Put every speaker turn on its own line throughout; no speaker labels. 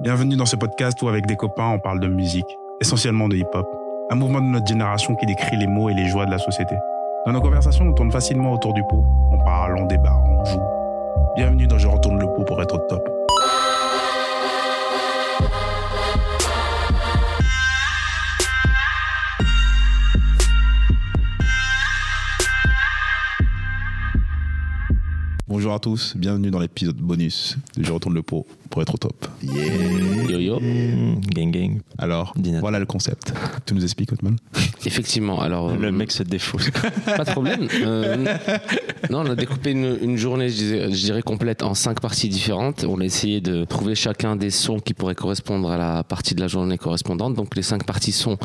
Bienvenue dans ce podcast où avec des copains on parle de musique, essentiellement de hip-hop, un mouvement de notre génération qui décrit les mots et les joies de la société. Dans nos conversations, on tourne facilement autour du pot. On parle, on débat, on joue. Bienvenue dans Je retourne le pot pour être au top. Bonjour à tous, bienvenue dans l'épisode bonus de Je retourne le pot pour être au top.
Yo yo, gang gang.
Alors,
Dina.
voilà le concept. Tu nous expliques, Otman
Effectivement, alors. euh,
Le mec se défausse.
Pas de problème. Euh, non, on a découpé une, une journée, je disais- je dirais, complète en cinq parties différentes. On a essayé de trouver chacun des sons qui pourraient correspondre à la partie de la journée correspondante. Donc, les cinq parties sont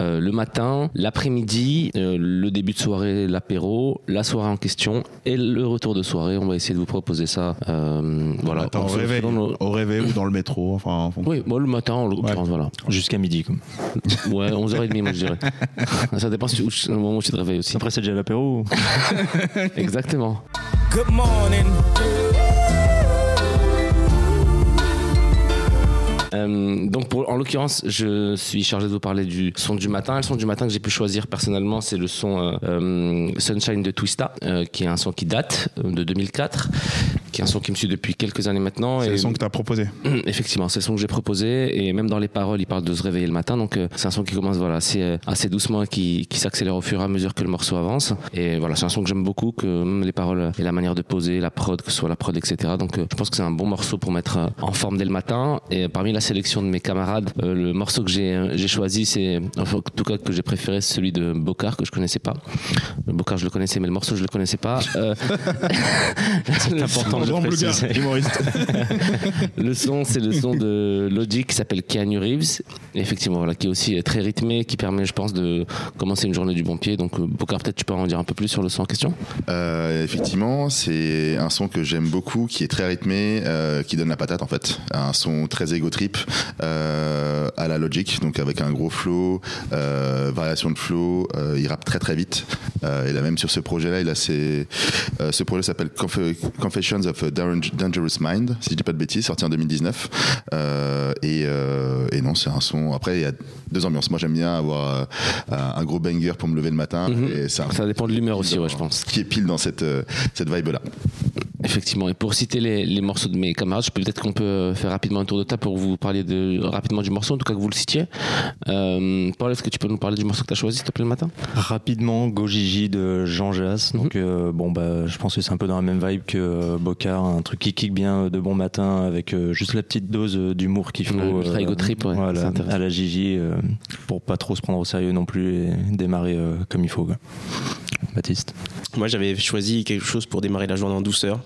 euh, le matin, l'après-midi, euh, le début de soirée, l'apéro, la soirée en question et le retour de soirée. On va essayer de vous proposer ça. euh, voilà.
Attends, au,
En fait,
réveil,
selon nos-
au réveil ou dans le métro, enfin, en fonction.
Oui, moi le matin en l'occurrence, voilà.
Jusqu'à midi. Comme.
Ouais, 11h30, moi je dirais. Ça dépend si- où je- au moment où je te réveille aussi.
Après, c'est déjà l'apéro. ou-
Exactement.
Good morning.
Euh, donc pour, en l'occurrence, je suis chargé de vous parler du son du matin. Le son du matin que j'ai pu choisir personnellement, c'est le son euh, euh, Sunshine de Twista, euh, qui est un son qui date euh, de 2004, qui est un son qui me suit depuis quelques années maintenant.
C'est
et-
le son que tu as proposé.
Effectivement, c'est le son que j'ai proposé et même dans les paroles, il parle de se réveiller le matin. Donc euh, c'est un son qui commence voilà assez, euh, assez doucement et qui, qui s'accélère au fur et à mesure que le morceau avance. Et voilà, c'est un son que j'aime beaucoup, que hum, les paroles et la manière de poser, la prod, que ce soit la prod, etc. Donc euh, je pense que c'est un bon morceau pour mettre euh, en forme dès le matin. Et parmi la sélection de mes camarades, euh, le morceau que j'ai euh, j'ai choisi, c'est enfin, en tout cas que j'ai préféré, c'est celui de Bocard que je connaissais pas. Le Bocard, je le connaissais, mais le morceau, je le connaissais pas. Euh, le son-
important de le préciser.
humoriste.
le son, c'est le son de Logic qui s'appelle Keanu Reeves. Et effectivement, voilà, qui est aussi très rythmé, qui permet, je pense, de commencer une journée du bon pied. Donc, euh, Bocard, peut-être tu peux en dire un peu plus sur le son en question.
Euh, effectivement, c'est un son que j'aime beaucoup, qui est très rythmé, euh, qui donne la patate en fait. Un son très ego trip euh, à la Logic, donc avec un gros flow, euh, variation de flow. euh, il rappe très très vite. Euh, et là même sur ce projet-là, il a ses- euh, ce projet s'appelle Conf- Confessions of a Darren- Dangerous Mind, si je dis pas de bêtises, sorti en 2019. Euh, et, euh, et non, c'est un son. Après, il y a deux ambiances. Moi, j'aime bien avoir euh, un gros banger pour me lever le matin.
Mhm.
Et c'est un
Ça dépend de l'humeur aussi, ouais, je pense.
qui est pile dans cette, euh, cette vibe-là.
Effectivement. Et pour citer les, les morceaux de mes camarades, je peux peut-être qu'on peut euh, faire rapidement un tour de table pour vous parler de, rapidement du morceau, en tout cas que vous le citiez. Euh, Paul, est-ce que tu peux nous parler du morceau que tu as choisi, s'il te plaît, le matin
Rapidement, Gojiji de Jean Jass. Donc, euh, bon, bah, je pense que c'est un peu dans la même vibe que euh, Bocard, un truc qui kick bien euh, de bon matin avec euh, juste la petite dose euh, d'humour qu'il faut.
Ouais, l'ultra ego trip, ouais,
voilà,
c'est intéressant.
à la Gigi euh, pour pas trop se prendre au sérieux non plus et démarrer euh, comme il faut. quoi. Baptiste.
Moi, j'avais choisi quelque chose pour démarrer la journée en douceur.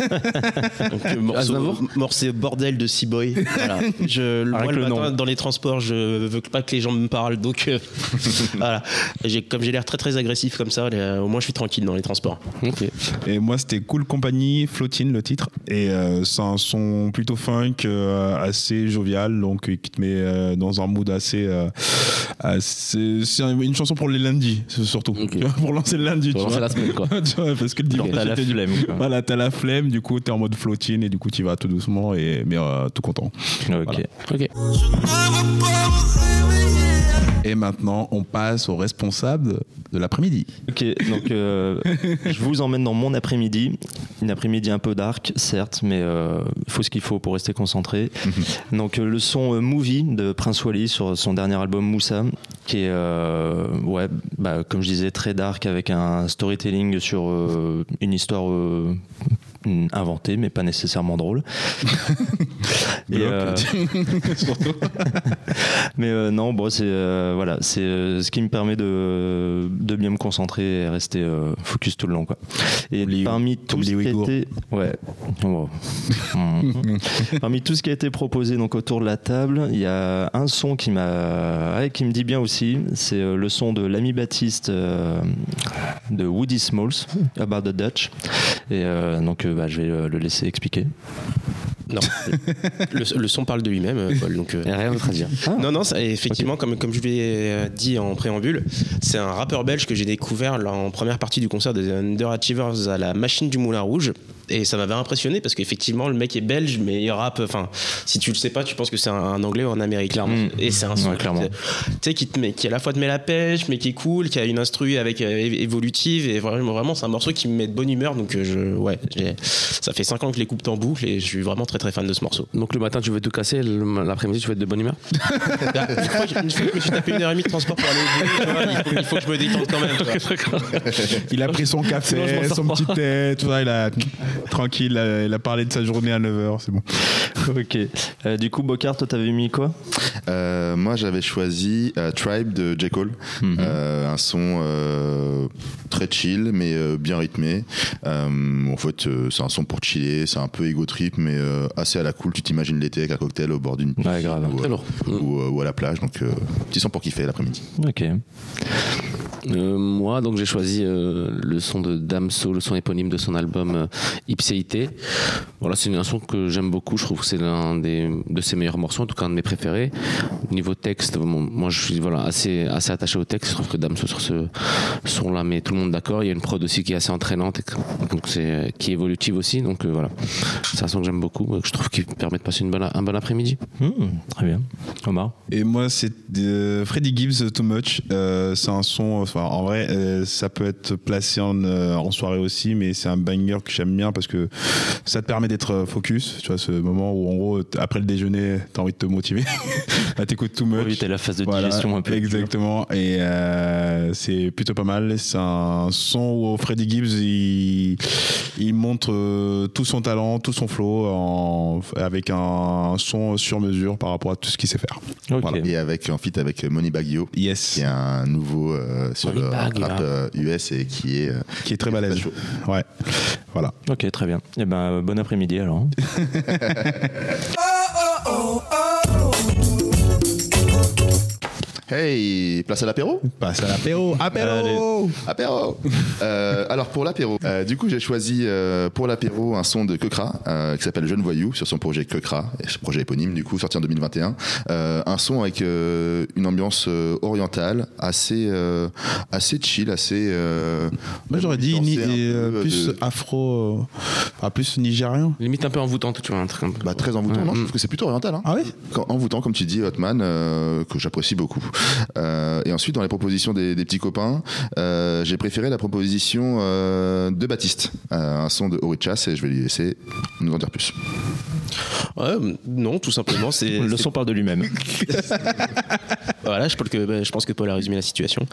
Donc, euh, morceau,
Aznavour
morceau bordel de Sea Boy. Voilà. Je, moi,
Avec
le
le nom.
matin, dans les transports, je veux pas que les gens me parlent. Donc, euh, voilà. J'ai- Comme j'ai l'air très très agressif comme ça, euh, au moins je suis tranquille dans les transports.
Ok.
Et moi, c'était Cool Compagnie, Flottine, le titre. Et euh, c'est un son plutôt funk, euh, assez jovial, donc euh, qui te met euh, dans un mood assez. euh, assez- c'est un- une chanson pour les lundis, c'est surtout.
Ok.
Tu vois, pour lancer le lundi,
Pour
tu
lancer
vois.
la semaine, quoi.
Tu vois, parce que le dimanche,
T'as la
t'es-
flemme, quoi.
Voilà, Bah, t'as la flemme, du coup, t'es en mode flottine et du coup, tu vas tout doucement, et, mais euh, tout content.
Ok.
Ok.
Et maintenant, on passe au responsable de l'après-midi.
Ok, donc euh, je vous emmène dans mon après-midi. Une après-midi un peu dark, certes, mais euh, il faut ce qu'il faut pour rester concentré. donc euh, le son euh, Movie de Prince Wally sur son dernier album Moussa, qui est, euh, ouais, bah, comme je disais, très dark avec un storytelling sur euh, une histoire euh, inventée, mais pas nécessairement drôle. Et,
Glauque,
euh,
surtout.
mais euh, non, bon, c'est euh, voilà, c'est euh, ce qui me permet de, de bien me concentrer et rester euh, focus tout le long, quoi. Et
Comme les-
parmi
comme
tout ce
les
qui a
Ouïghours.
été, ouais, Bon. Mm. parmi tout ce qui a été proposé donc autour de la table, il y a un son qui m'a, ouais, qui me dit bien aussi, c'est euh, le son de l'ami Baptiste euh, de Woody Smalls, About the Dutch. Et euh, donc, euh, bah, je vais euh, le laisser expliquer.
Non. le, le son parle de lui-même, euh, Paul. Donc, euh,
Et rien d'autre à dire.
Non, non, ça- effectivement, comme, comme je vous l'ai euh, dit en préambule, c'est un rappeur belge que j'ai découvert là en première partie du concert des Underachievers à la Machine du Moulin Rouge. Et ça m'avait impressionné parce qu'effectivement, le mec est belge, mais il rappe. Enfin, si tu le sais pas, tu penses que c'est un, un anglais ou un américain.
Clairement.
Et c'est un son
Hmm. Ouais,
qui
clairement.
te- Tu sais, qui, te met- qui à la fois te met la pêche, mais qui est cool, qui a une instru avec euh, é- évolutive. Et vraiment, vraiment c'est un morceau qui me met de bonne humeur. Donc, euh, je, ouais, j'ai- ça fait 5 ans que je l'écoute en boucle et je suis vraiment très très fan de ce morceau.
Donc le matin, tu veux tout casser, le- l'après-midi, tu veux être de bonne humeur
Bah, une, fois, que- une fois que je me suis tapé une heure et demie de transport pour aller au boulot, tu vois, il, faut, il faut que je me détende quand même. tu vois.
Il a pris son
Sinon, je
café,
m'en sors
son
pas.
petit thé, tout ça, il a tranquille, il a- il a parlé de sa journée à 9h, c'est bon.
ok. Euh, du coup, Bocard, toi, t'avais mis quoi
Euh, moi, j'avais choisi euh, Tribe de J. Cole.
Mhm.
Euh, un son euh, très chill, mais euh, bien rythmé. Euh, en fait, euh, c'est un son pour chiller, c'est un peu ego trip, mais euh, assez à la cool. Tu t'imagines l'été avec un cocktail au bord d'une piscine
Ouais, grave.
ou,
Très
euh,
lourd.
ou, euh, ou à la plage. Donc, euh, petit son pour kiffer l'après-midi.
Ok.
Euh, moi, donc j'ai choisi euh, le son de Damso, le son éponyme de son album euh, Ipséité. Voilà, c'est une- un son que j'aime beaucoup. Je trouve que c'est l'un des de ses meilleurs morceaux, en tout cas un de mes préférés. Niveau texte, bon, moi je suis voilà assez assez attaché au texte. Je trouve que Damso sur ce son-là met tout le monde d'accord. Il y a une prod aussi qui est assez entraînante, et que- donc c'est qui est évolutive aussi. Donc euh, voilà, c'est un son que j'aime beaucoup, et que je trouve qu'il permet de passer une bonne, un bon après-midi.
Hmm, très bien. Omar
Et moi, c'est euh, Freddie Gibbs, Too Much. Euh, c'est un son, enfin, en vrai, euh, ça peut être placé en, euh, en soirée aussi, mais c'est un banger que j'aime bien parce que ça te permet d'être euh, focus. Tu vois, ce moment où, en gros, t- après le déjeuner, t'as envie de te motiver. Là, t'écoutes Too Much.
Oui, à la phase de
Voilà,
digestion un peu.
Exactement. Et euh, c'est plutôt pas mal. C'est un son où Freddie Gibbs, il, il montre euh, tout son talent, tout son flow en- avec un son sur mesure par rapport à tout ce qu'il sait faire.
Ok.
Voilà. Et avec, en fit avec euh, Money Baggio,
Yes.
qui est un nouveau euh, sur le
Moneybagg,
rap
là.
euh, US et qui est. euh,
Qui est très balèze.
chaud.
Ouais. Voilà.
Ok, très bien. Et ben, euh, bon après-midi alors.
Hey, place à l'apéro
Passe à l'apéro. Apéro.
Apéro Euh, Alors pour l'apéro, euh, du coup j'ai choisi euh, pour l'apéro un son de Kekra euh, qui s'appelle Jeune Voyou sur son projet Kekra, et ce projet éponyme du coup sorti en 2021. Euh, un son avec euh, une ambiance euh, orientale, assez, euh, assez chill, assez... euh,
Moi j'aurais dit
dansé
ni-
un peu,
euh,
euh,
plus
de-
afro, euh, ah, plus nigérien.
Limite un peu envoûtante, tu vois, un truc. un peu-
bah, très envoûtant,
Mm,
Ouais. Mmh.
non, je trouve que c'est plutôt oriental. Hein.
Ah oui
Quand- envoûtant, comme tu dis, Hotman, euh, que j'apprécie beaucoup. Euh, et ensuite, dans les propositions des, des petits copains, euh, j'ai préféré la proposition euh, de Baptiste, euh, un son de Orichas, et je vais lui laisser nous en dire plus.
Ouais, euh, non, tout simplement, c'est.
Le
c'est-
son parle de lui-même.
Voilà, je, pense que, bah, je pense que Paul a résumé la situation.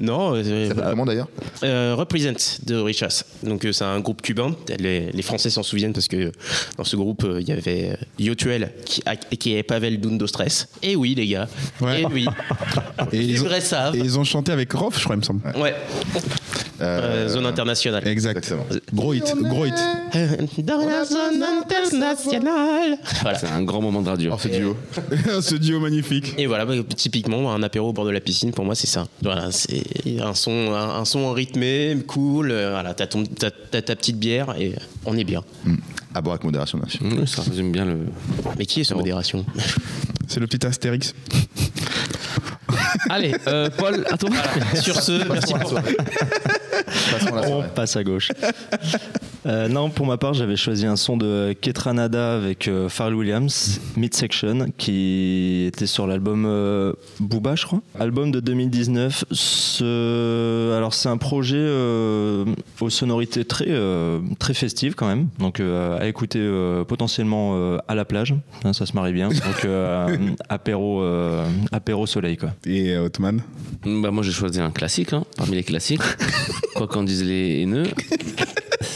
Non, euh,
Ça
bah,
s'appelle comment d'ailleurs
Euh, Represent de Richas. Donc euh, c'est un groupe cubain. Les, les Français s'en souviennent parce que euh, dans ce groupe euh, il y avait euh, Yotuel qui, a- qui est Pavel Dundo Stress. Et oui les gars.
Ouais.
Et oui.
Et
les
ils, ont,
vrais
Ah,
savent.
et ils ont chanté avec Rof, je crois, il me semble.
Ouais. Euh,
Euh,
zone internationale.
Exact.
Exactement.
Gros hit. Gros hit.
Euh, Dans la zone internationale. Voilà.
C'est un grand moment de radio.
Oh, ce duo.
Ce duo magnifique.
Et voilà, bah, typiquement, un apéro au bord de la piscine, pour moi, c'est ça. Voilà, c'est un son, un, un son rythmé, cool. euh, Voilà, t'as ton- t'as- t'as ta petite bière et on est bien.
Hmm. À boire avec modération, bien sûr.
Hmm.
Mmh, ça résume bien le.
Mais qui est ce modération
C'est le petit Astérix.
Allez, euh, Paul, à toi.
Sur ce, merci pour
Passons à la
On
soirée.
passe à gauche. Euh, non, pour ma part, j'avais choisi un son de Ketranada avec euh, Pharrell Williams, Midsection, qui était sur l'album euh, Booba, je crois. Album de 2019. Ce... Alors, c'est un projet euh, aux sonorités très, euh, très festives quand même. Donc, euh, à écouter euh, potentiellement euh, à la plage. Hein, ça se marie bien. Donc, euh, apéro, euh, apéro soleil, quoi.
Et Otman.
Mm, Bah, moi, j'ai choisi un classique, hein, parmi les classiques. Quoi qu'en disent les haineux.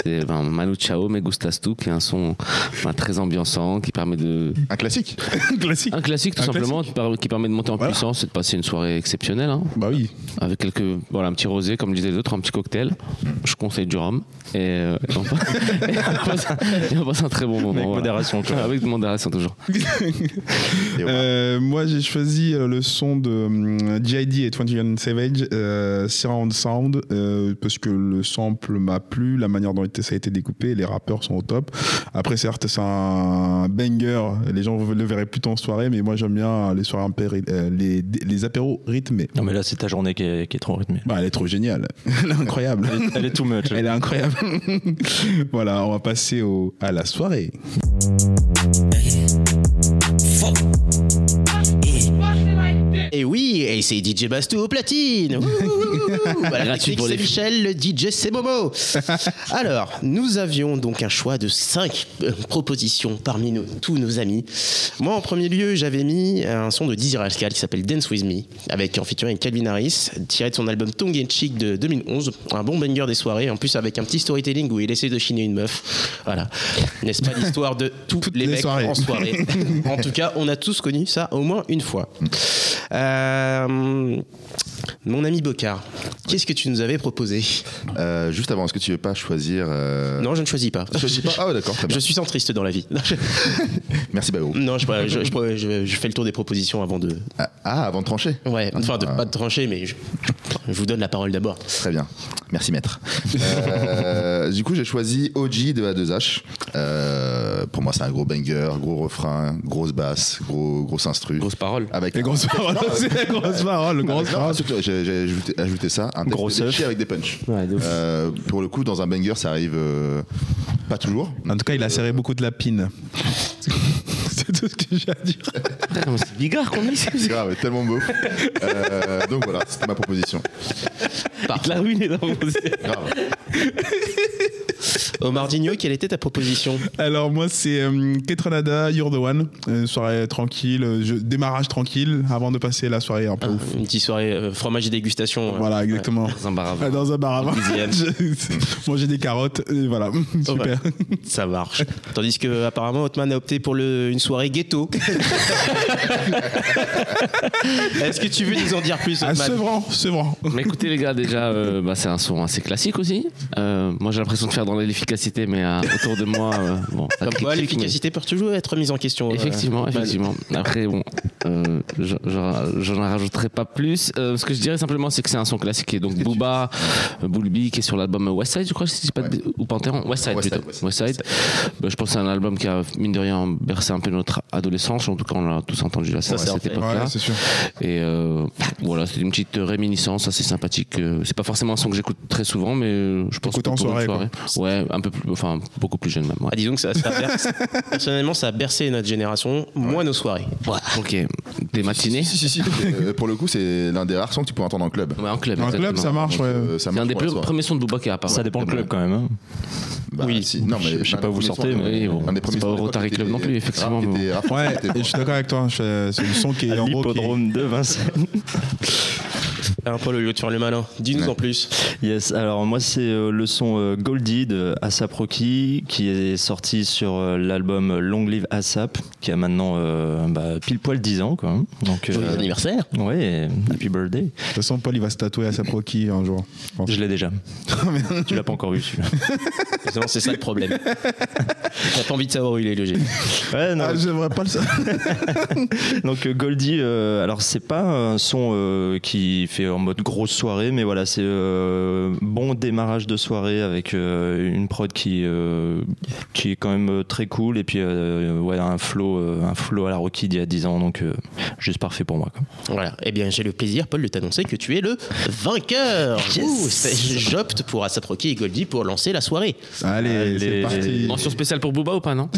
C'est ben, Manu Chao, Me Gustas Tu, qui est un son ben, très ambiançant, qui permet de.
Un classique.
Classique.
Un classique, tout
Un
simplement, par- qui permet de monter en
Voilà.
puissance et de passer une soirée exceptionnelle. hein,
Bah oui.
avec quelques. Voilà, un petit rosé, comme disaient les autres, un petit cocktail. Je conseille du rhum. Et, euh, et on, passe, et on passe un- et on passe un très bon moment.
Avec
voilà.
modération, quoi.
Avec modération, toujours.
Et voilà.
Euh, moi, j'ai choisi euh, le son de hum, G.I.D. et 21 Savage, euh, Surround Sound, euh, parce que le sample m'a plu, la manière dont dont ça a été découpé. Les rappeurs sont au top. Après, certes, c'est un banger. Les gens le verraient plutôt en soirée, mais moi, j'aime bien les soirées impéri- euh, les, les apéros rythmés.
Non, mais là, c'est ta journée qui est, qui est trop rythmée.
Bah, elle est trop géniale. Elle est incroyable.
Elle est- Elle est too much.
Elle est incroyable. voilà, on va passer au, à la soirée.
Et oui, et c'est DJ Bastou au platine. Ouh, ouh, ouh, ouh. À la
Gratuit
technique,
pour
c'est
les filles.
Michel, le DJ c'est Momo. Alors, nous avions donc un choix de cinq euh, propositions parmi nos- tous nos amis. Moi, en premier lieu, j'avais mis un son de Dizzy Rascal qui s'appelle Dance With Me, avec en featuring avec Calvin Harris, tiré de son album Tongue and Cheek de 2011. Un bon banger des soirées, en plus avec un petit storytelling où il essaie de chiner une meuf. Voilà. N'est-ce pas l'histoire de tous
Toutes
les,
les
mecs
soirées.
en soirée En tout cas, on a tous connu ça au moins une fois.
Mm.
Euh, mon ami Bocard, qu'est-ce que tu nous avais proposé
Euh, juste avant, est-ce que tu veux pas choisir euh,
Non, je ne choisis pas.
Tu choisis pas Ah ouais, d'accord, très bien.
Je suis centriste dans la vie. Non, je,
Merci Bayo.
non, je, je- je- je- je fais le tour des propositions avant de.
Ah, ah, avant de trancher
Ouais, enfin, de,
Ah.
pas de trancher, mais je, je vous donne la parole d'abord.
Très bien. Merci, maître. Euh, du coup, j'ai choisi OG de A2H. Euh, pour moi, c'est un gros banger, gros refrain, grosse basse, gros, grosse instru.
Grosse parole.
Avec
Les grosses paroles, Oh, c'est la grosse Oh, parole,
Non,
grosse parole.
surtout, J'ai j'ai ajouté, ajouté ça, un
Gros
texte
œuf.
chier avec des punchs.
Ouais, de ouf.
Euh, pour le coup, dans un banger, ça arrive euh, pas toujours.
En tout cas, il a serré beaucoup de la pine. c'est tout ce que j'ai à dire.
Putain, mais C'est bigard qu'on dit.
C'est grave, tellement beau. Euh, donc voilà, c'était ma proposition.
La ruine est dans mon
Grave.
Omar Digno, quelle était ta proposition
Alors moi c'est euh, Ketranada, You're the One, Euh, soirée tranquille, euh, je- démarrage tranquille avant de passer la soirée un peu ouf.
Une petite soirée euh, fromage et dégustation. euh,
Voilà exactement.
Dans un bar à vin.
Ah, Dans un bar à vin.
Dixième.
Je- Manger des carottes, et voilà, super.
Ça marche. Tandis que apparemment Hotman a opté pour le- une soirée ghetto. Est-ce que tu veux nous en dire plus,
À
Hotman
Sevran, Sevran.
Mais écoutez les gars, déjà, euh, bah, c'est un son assez classique aussi. Euh, moi, j'ai l'impression de faire dans l'efficacité, mais euh, autour de moi, euh, bon, ça
Comme
critique,
quoi,
mais-
l'efficacité peut toujours être mise en question. euh,
Effectivement,
Hotman.
effectivement. Après, bon, euh, je- je- j'en rajouterai pas plus. Euh, ce que je dirais simplement, c'est que c'est un son classique. Et donc, Booba, euh, Bulbi, qui est sur l'album Westside, je crois, si je dis pas de- ou Panthéon, Westside
Westside,
plutôt.
Westside.
Westside. Bah, je pense que c'est un album qui a, mine de rien, bercé un peu notre adolescence. En tout cas, on l'a tous entendu à
c'est
cette
vrai.
époque-là.
c'est sûr.
Et euh, voilà, c'est une petite réminiscence assez sympathique. Euh, C'est pas forcément un son que j'écoute très souvent, mais euh, je pense que
T'écoutes en
pour une
soirée,
ouais, un peu plus, enfin beaucoup plus jeune même. ouais.
Ah, disons que ça, ça berce- personnellement, ça a bercé notre génération, moins nos soirées.
Ok, des matinées.
Si, si, si. Euh, pour le coup, c'est l'un des rares sons que tu peux entendre en club.
Ouais, en club.
Un club
exactement.
ça marche,
Donc,
ouais.
euh, ça
C'est un
marche
des
pour la
pre-
soirée.
premiers sons de Booba qui est apparu.
Ça dépend le club quand même. hein.
Bah,
Oui.
si. Non, mais
Je sais
un
pas
des
où vous
premiers
sortez,
soirs,
mais
euh,
bon,
un des
c'est
premiers
pas
soirs euh,
au
à l'époque
Rotary
était-
Club non plus, effectivement,
qui
mais bon.
était rare,
Ouais,
qui était
je
fort.
suis d'accord avec toi, je- c'est le son qui est en gros qui est-
L'hippodrome de Vincennes.
Hein, Paul, au lieu de faire le malin, dis-nous en plus.
Yes, alors moi c'est euh, le son euh, Goldie de ASAP Rocky qui est sorti sur euh, l'album Long Live ASAP qui a maintenant euh, bah, pile poil 10 ans quoi. Donc,
Joyeux
euh,
anniversaire.
ouais, happy birthday.
De toute façon, Paul il va se tatouer à sa proqui un jour. je pense.
Je l'ai déjà.
Oh,
tu l'as pas encore eu celui-là.
Justement, c'est ça le problème. T'as pas envie de savoir où il est logé.
Ouais, non,
Ah, j'aimerais pas le ça.
Donc euh, Goldie, euh, alors c'est pas un son euh, qui fait en mode grosse soirée, mais voilà, c'est euh, bon démarrage de soirée avec euh, une prod qui euh, qui est quand même euh, très cool et puis euh, ouais un flow euh, un flow à la Rocky d'il y a 10 ans, donc euh, juste parfait pour moi. quoi.
Voilà. Eh bien, j'ai le plaisir, Paul, de t'annoncer que tu es le vainqueur. Ouh, c'est- J'opte pour Asap Rocky et Goldie pour lancer la soirée.
Allez, c'est
Allez.
parti.
Mention spéciale pour Booba ou pas, non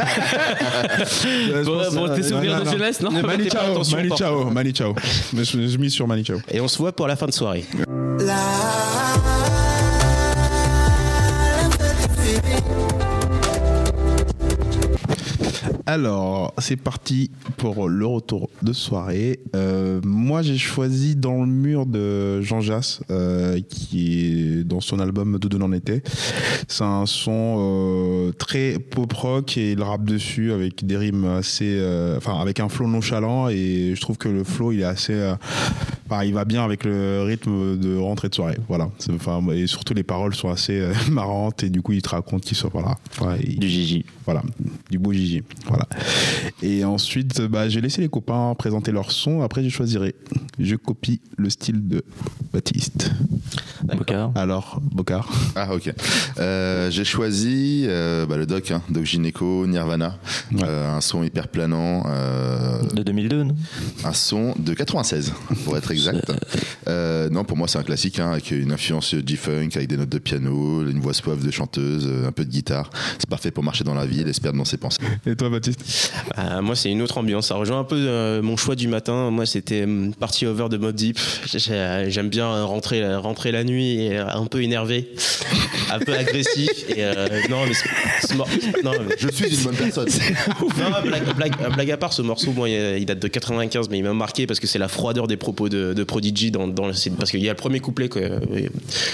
Euh, je
Bon,
pense-
bon, tes
non,
souvenirs de jeunesse, non
Mani
Faites pas
Chao,
attention,
Mani
pas.
Chao, Mani Chao. Mais je, je mise sur Mani Chao.
Et on se voit pour la fin de soirée.
Alors, c'est parti pour le retour de soirée. Euh, moi, j'ai choisi Dans le mur de Jean Jass, euh, qui est dans son album Doudou en été. C'est un son euh, très pop rock et il rappe dessus avec des rimes assez. euh, Enfin, avec un flow nonchalant et je trouve que le flow, il est assez. euh, enfin, il va bien avec le rythme de rentrée de soirée. Voilà. C'est- Enfin, et surtout, les paroles sont assez euh, marrantes et du coup, il te raconte qu'il soit. Voilà. Enfin, il-
Du Gigi.
voilà, du beau Gigi. Voilà. Et ensuite, bah, j'ai laissé les copains présenter leur son. Après, je choisirai. Je copie le style de Baptiste.
Bocard.
Alors, Bocard.
Ah ok. Euh, j'ai choisi euh, bah, le doc, hein, Doc Gynéco, Nirvana,
Ouais.
Euh, un son hyper planant, euh,
De 2002, non
un son de 96 pour être exact. Euh, non, pour moi c'est un classique hein, avec une influence G-funk, avec des notes de piano, une voix suave de chanteuse, euh, un peu de guitare. C'est parfait pour marcher dans la ville et se perdre dans ses pensées.
Et toi, Baptiste
Ah, moi, c'est une autre ambiance. Ça rejoint un peu euh, mon choix du matin. Moi, c'était hum, Party Over de Mob Deep. J'ai- j'ai- J'aime bien euh, rentrer, la- rentrer la nuit et euh, un peu énervé, un peu agressif. Et, euh, non, mais ce- ce mor- non, mais-
Je suis une bonne personne.
non, blague, blague- blague à part, ce morceau, bon, il, il date de 95, mais il m'a marqué parce que c'est la froideur des propos de, de Prodigy. Dans, dans le- c'est- parce qu'il y a le premier couplet que- euh,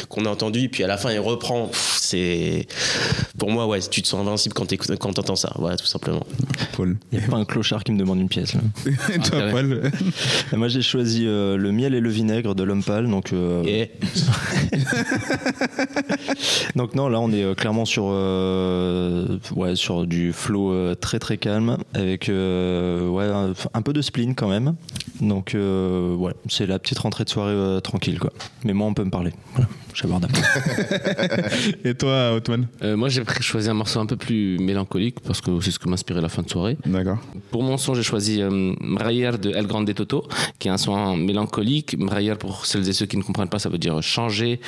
qu'on a entendu, et puis à la fin, il reprend. Pff, C'est Pour moi, ouais, tu te sens invincible quand t'écoutes- quand t'entends ça. Voilà, tout simplement.
Paul.
Il n'y a pas un clochard qui me demande une pièce. là.
Et toi,
Ah,
Paul
Et Moi, j'ai choisi euh, le miel et le vinaigre de l'homme pâle. Donc, euh,
Et-
donc non, là, on est euh, clairement sur, euh, ouais, sur du flow euh, très très calme, avec euh, ouais, un, un peu de spleen quand même. Donc, euh, ouais, c'est la petite rentrée de soirée euh, tranquille, quoi. Mais moi, on peut me parler. Voilà, j'aborde après.
Et toi, Otman
Euh, moi, j'ai pr- choisi un morceau un peu plus mélancolique parce que c'est ce que m'inspirait la fin de soirée.
D'accord.
Pour mon son, j'ai choisi euh, Mrayer de El Grande Toto, qui est un son mélancolique. Mrayer, pour celles et ceux qui ne comprennent pas, ça veut dire changer.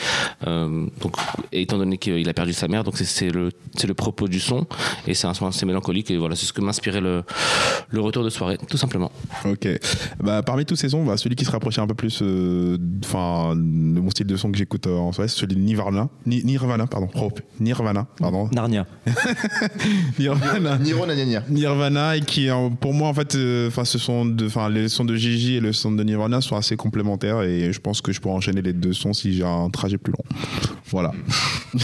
Euh, donc, et étant donné qu'il a perdu sa mère, donc c'est- c'est le, c'est le propos du son. Et c'est un son assez mélancolique. Et voilà, c'est ce que m'inspirait le, le retour de soirée, tout simplement.
Ok. Bah, parmi tous ces sons, bah, celui qui se rapprochait un peu plus euh, enfin, de mon style de son que j'écoute euh, en soirée, c'est celui de Nirvana. Ni- Nirvana, pardon. Oh, Nirvana, pardon.
Narnia.
Nirvana.
Niro Nanania.
Nirvana et qui en- pour moi en fait euh, enfin ce sont de enfin les sons de Gigi et le son de Nirvana sont assez complémentaires et je pense que je pourrais enchaîner les deux sons si j'ai un trajet plus long. Voilà.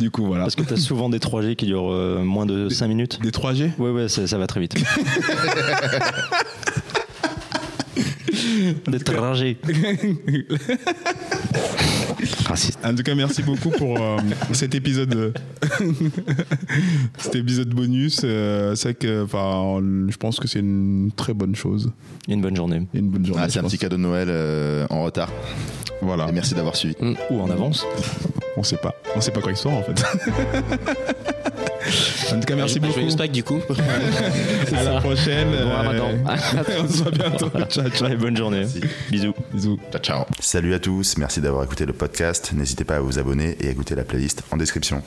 du coup voilà.
Parce que t'as souvent des 3G qui durent euh, moins de 5 minutes.
Des 3G
Ouais, ouais, ça, ça va très vite. des 3G.
Raciste.
En tout cas, merci beaucoup pour euh, cet épisode, euh, cet épisode bonus. Euh, c'est vrai que, enfin, je pense que c'est une très bonne chose
Une bonne journée.
et une bonne journée.
Ah, c'est
je
un
pense.
petit cadeau de Noël euh, en retard.
Voilà.
Et merci d'avoir suivi.
Ou en avance.
On sait pas, on sait pas quoi il sort en fait. en tout
euh,
cas, merci beaucoup.
Joyeux Pâques, du coup.
À la prochaine. euh,
Bon ramadan.
on se voit bientôt. Ciao, ciao.
Ouais, bonne journée. Bisous.
Bisous.
Ciao, ciao. Salut à tous, merci d'avoir écouté le podcast. N'hésitez pas à vous abonner et à écouter la playlist en description.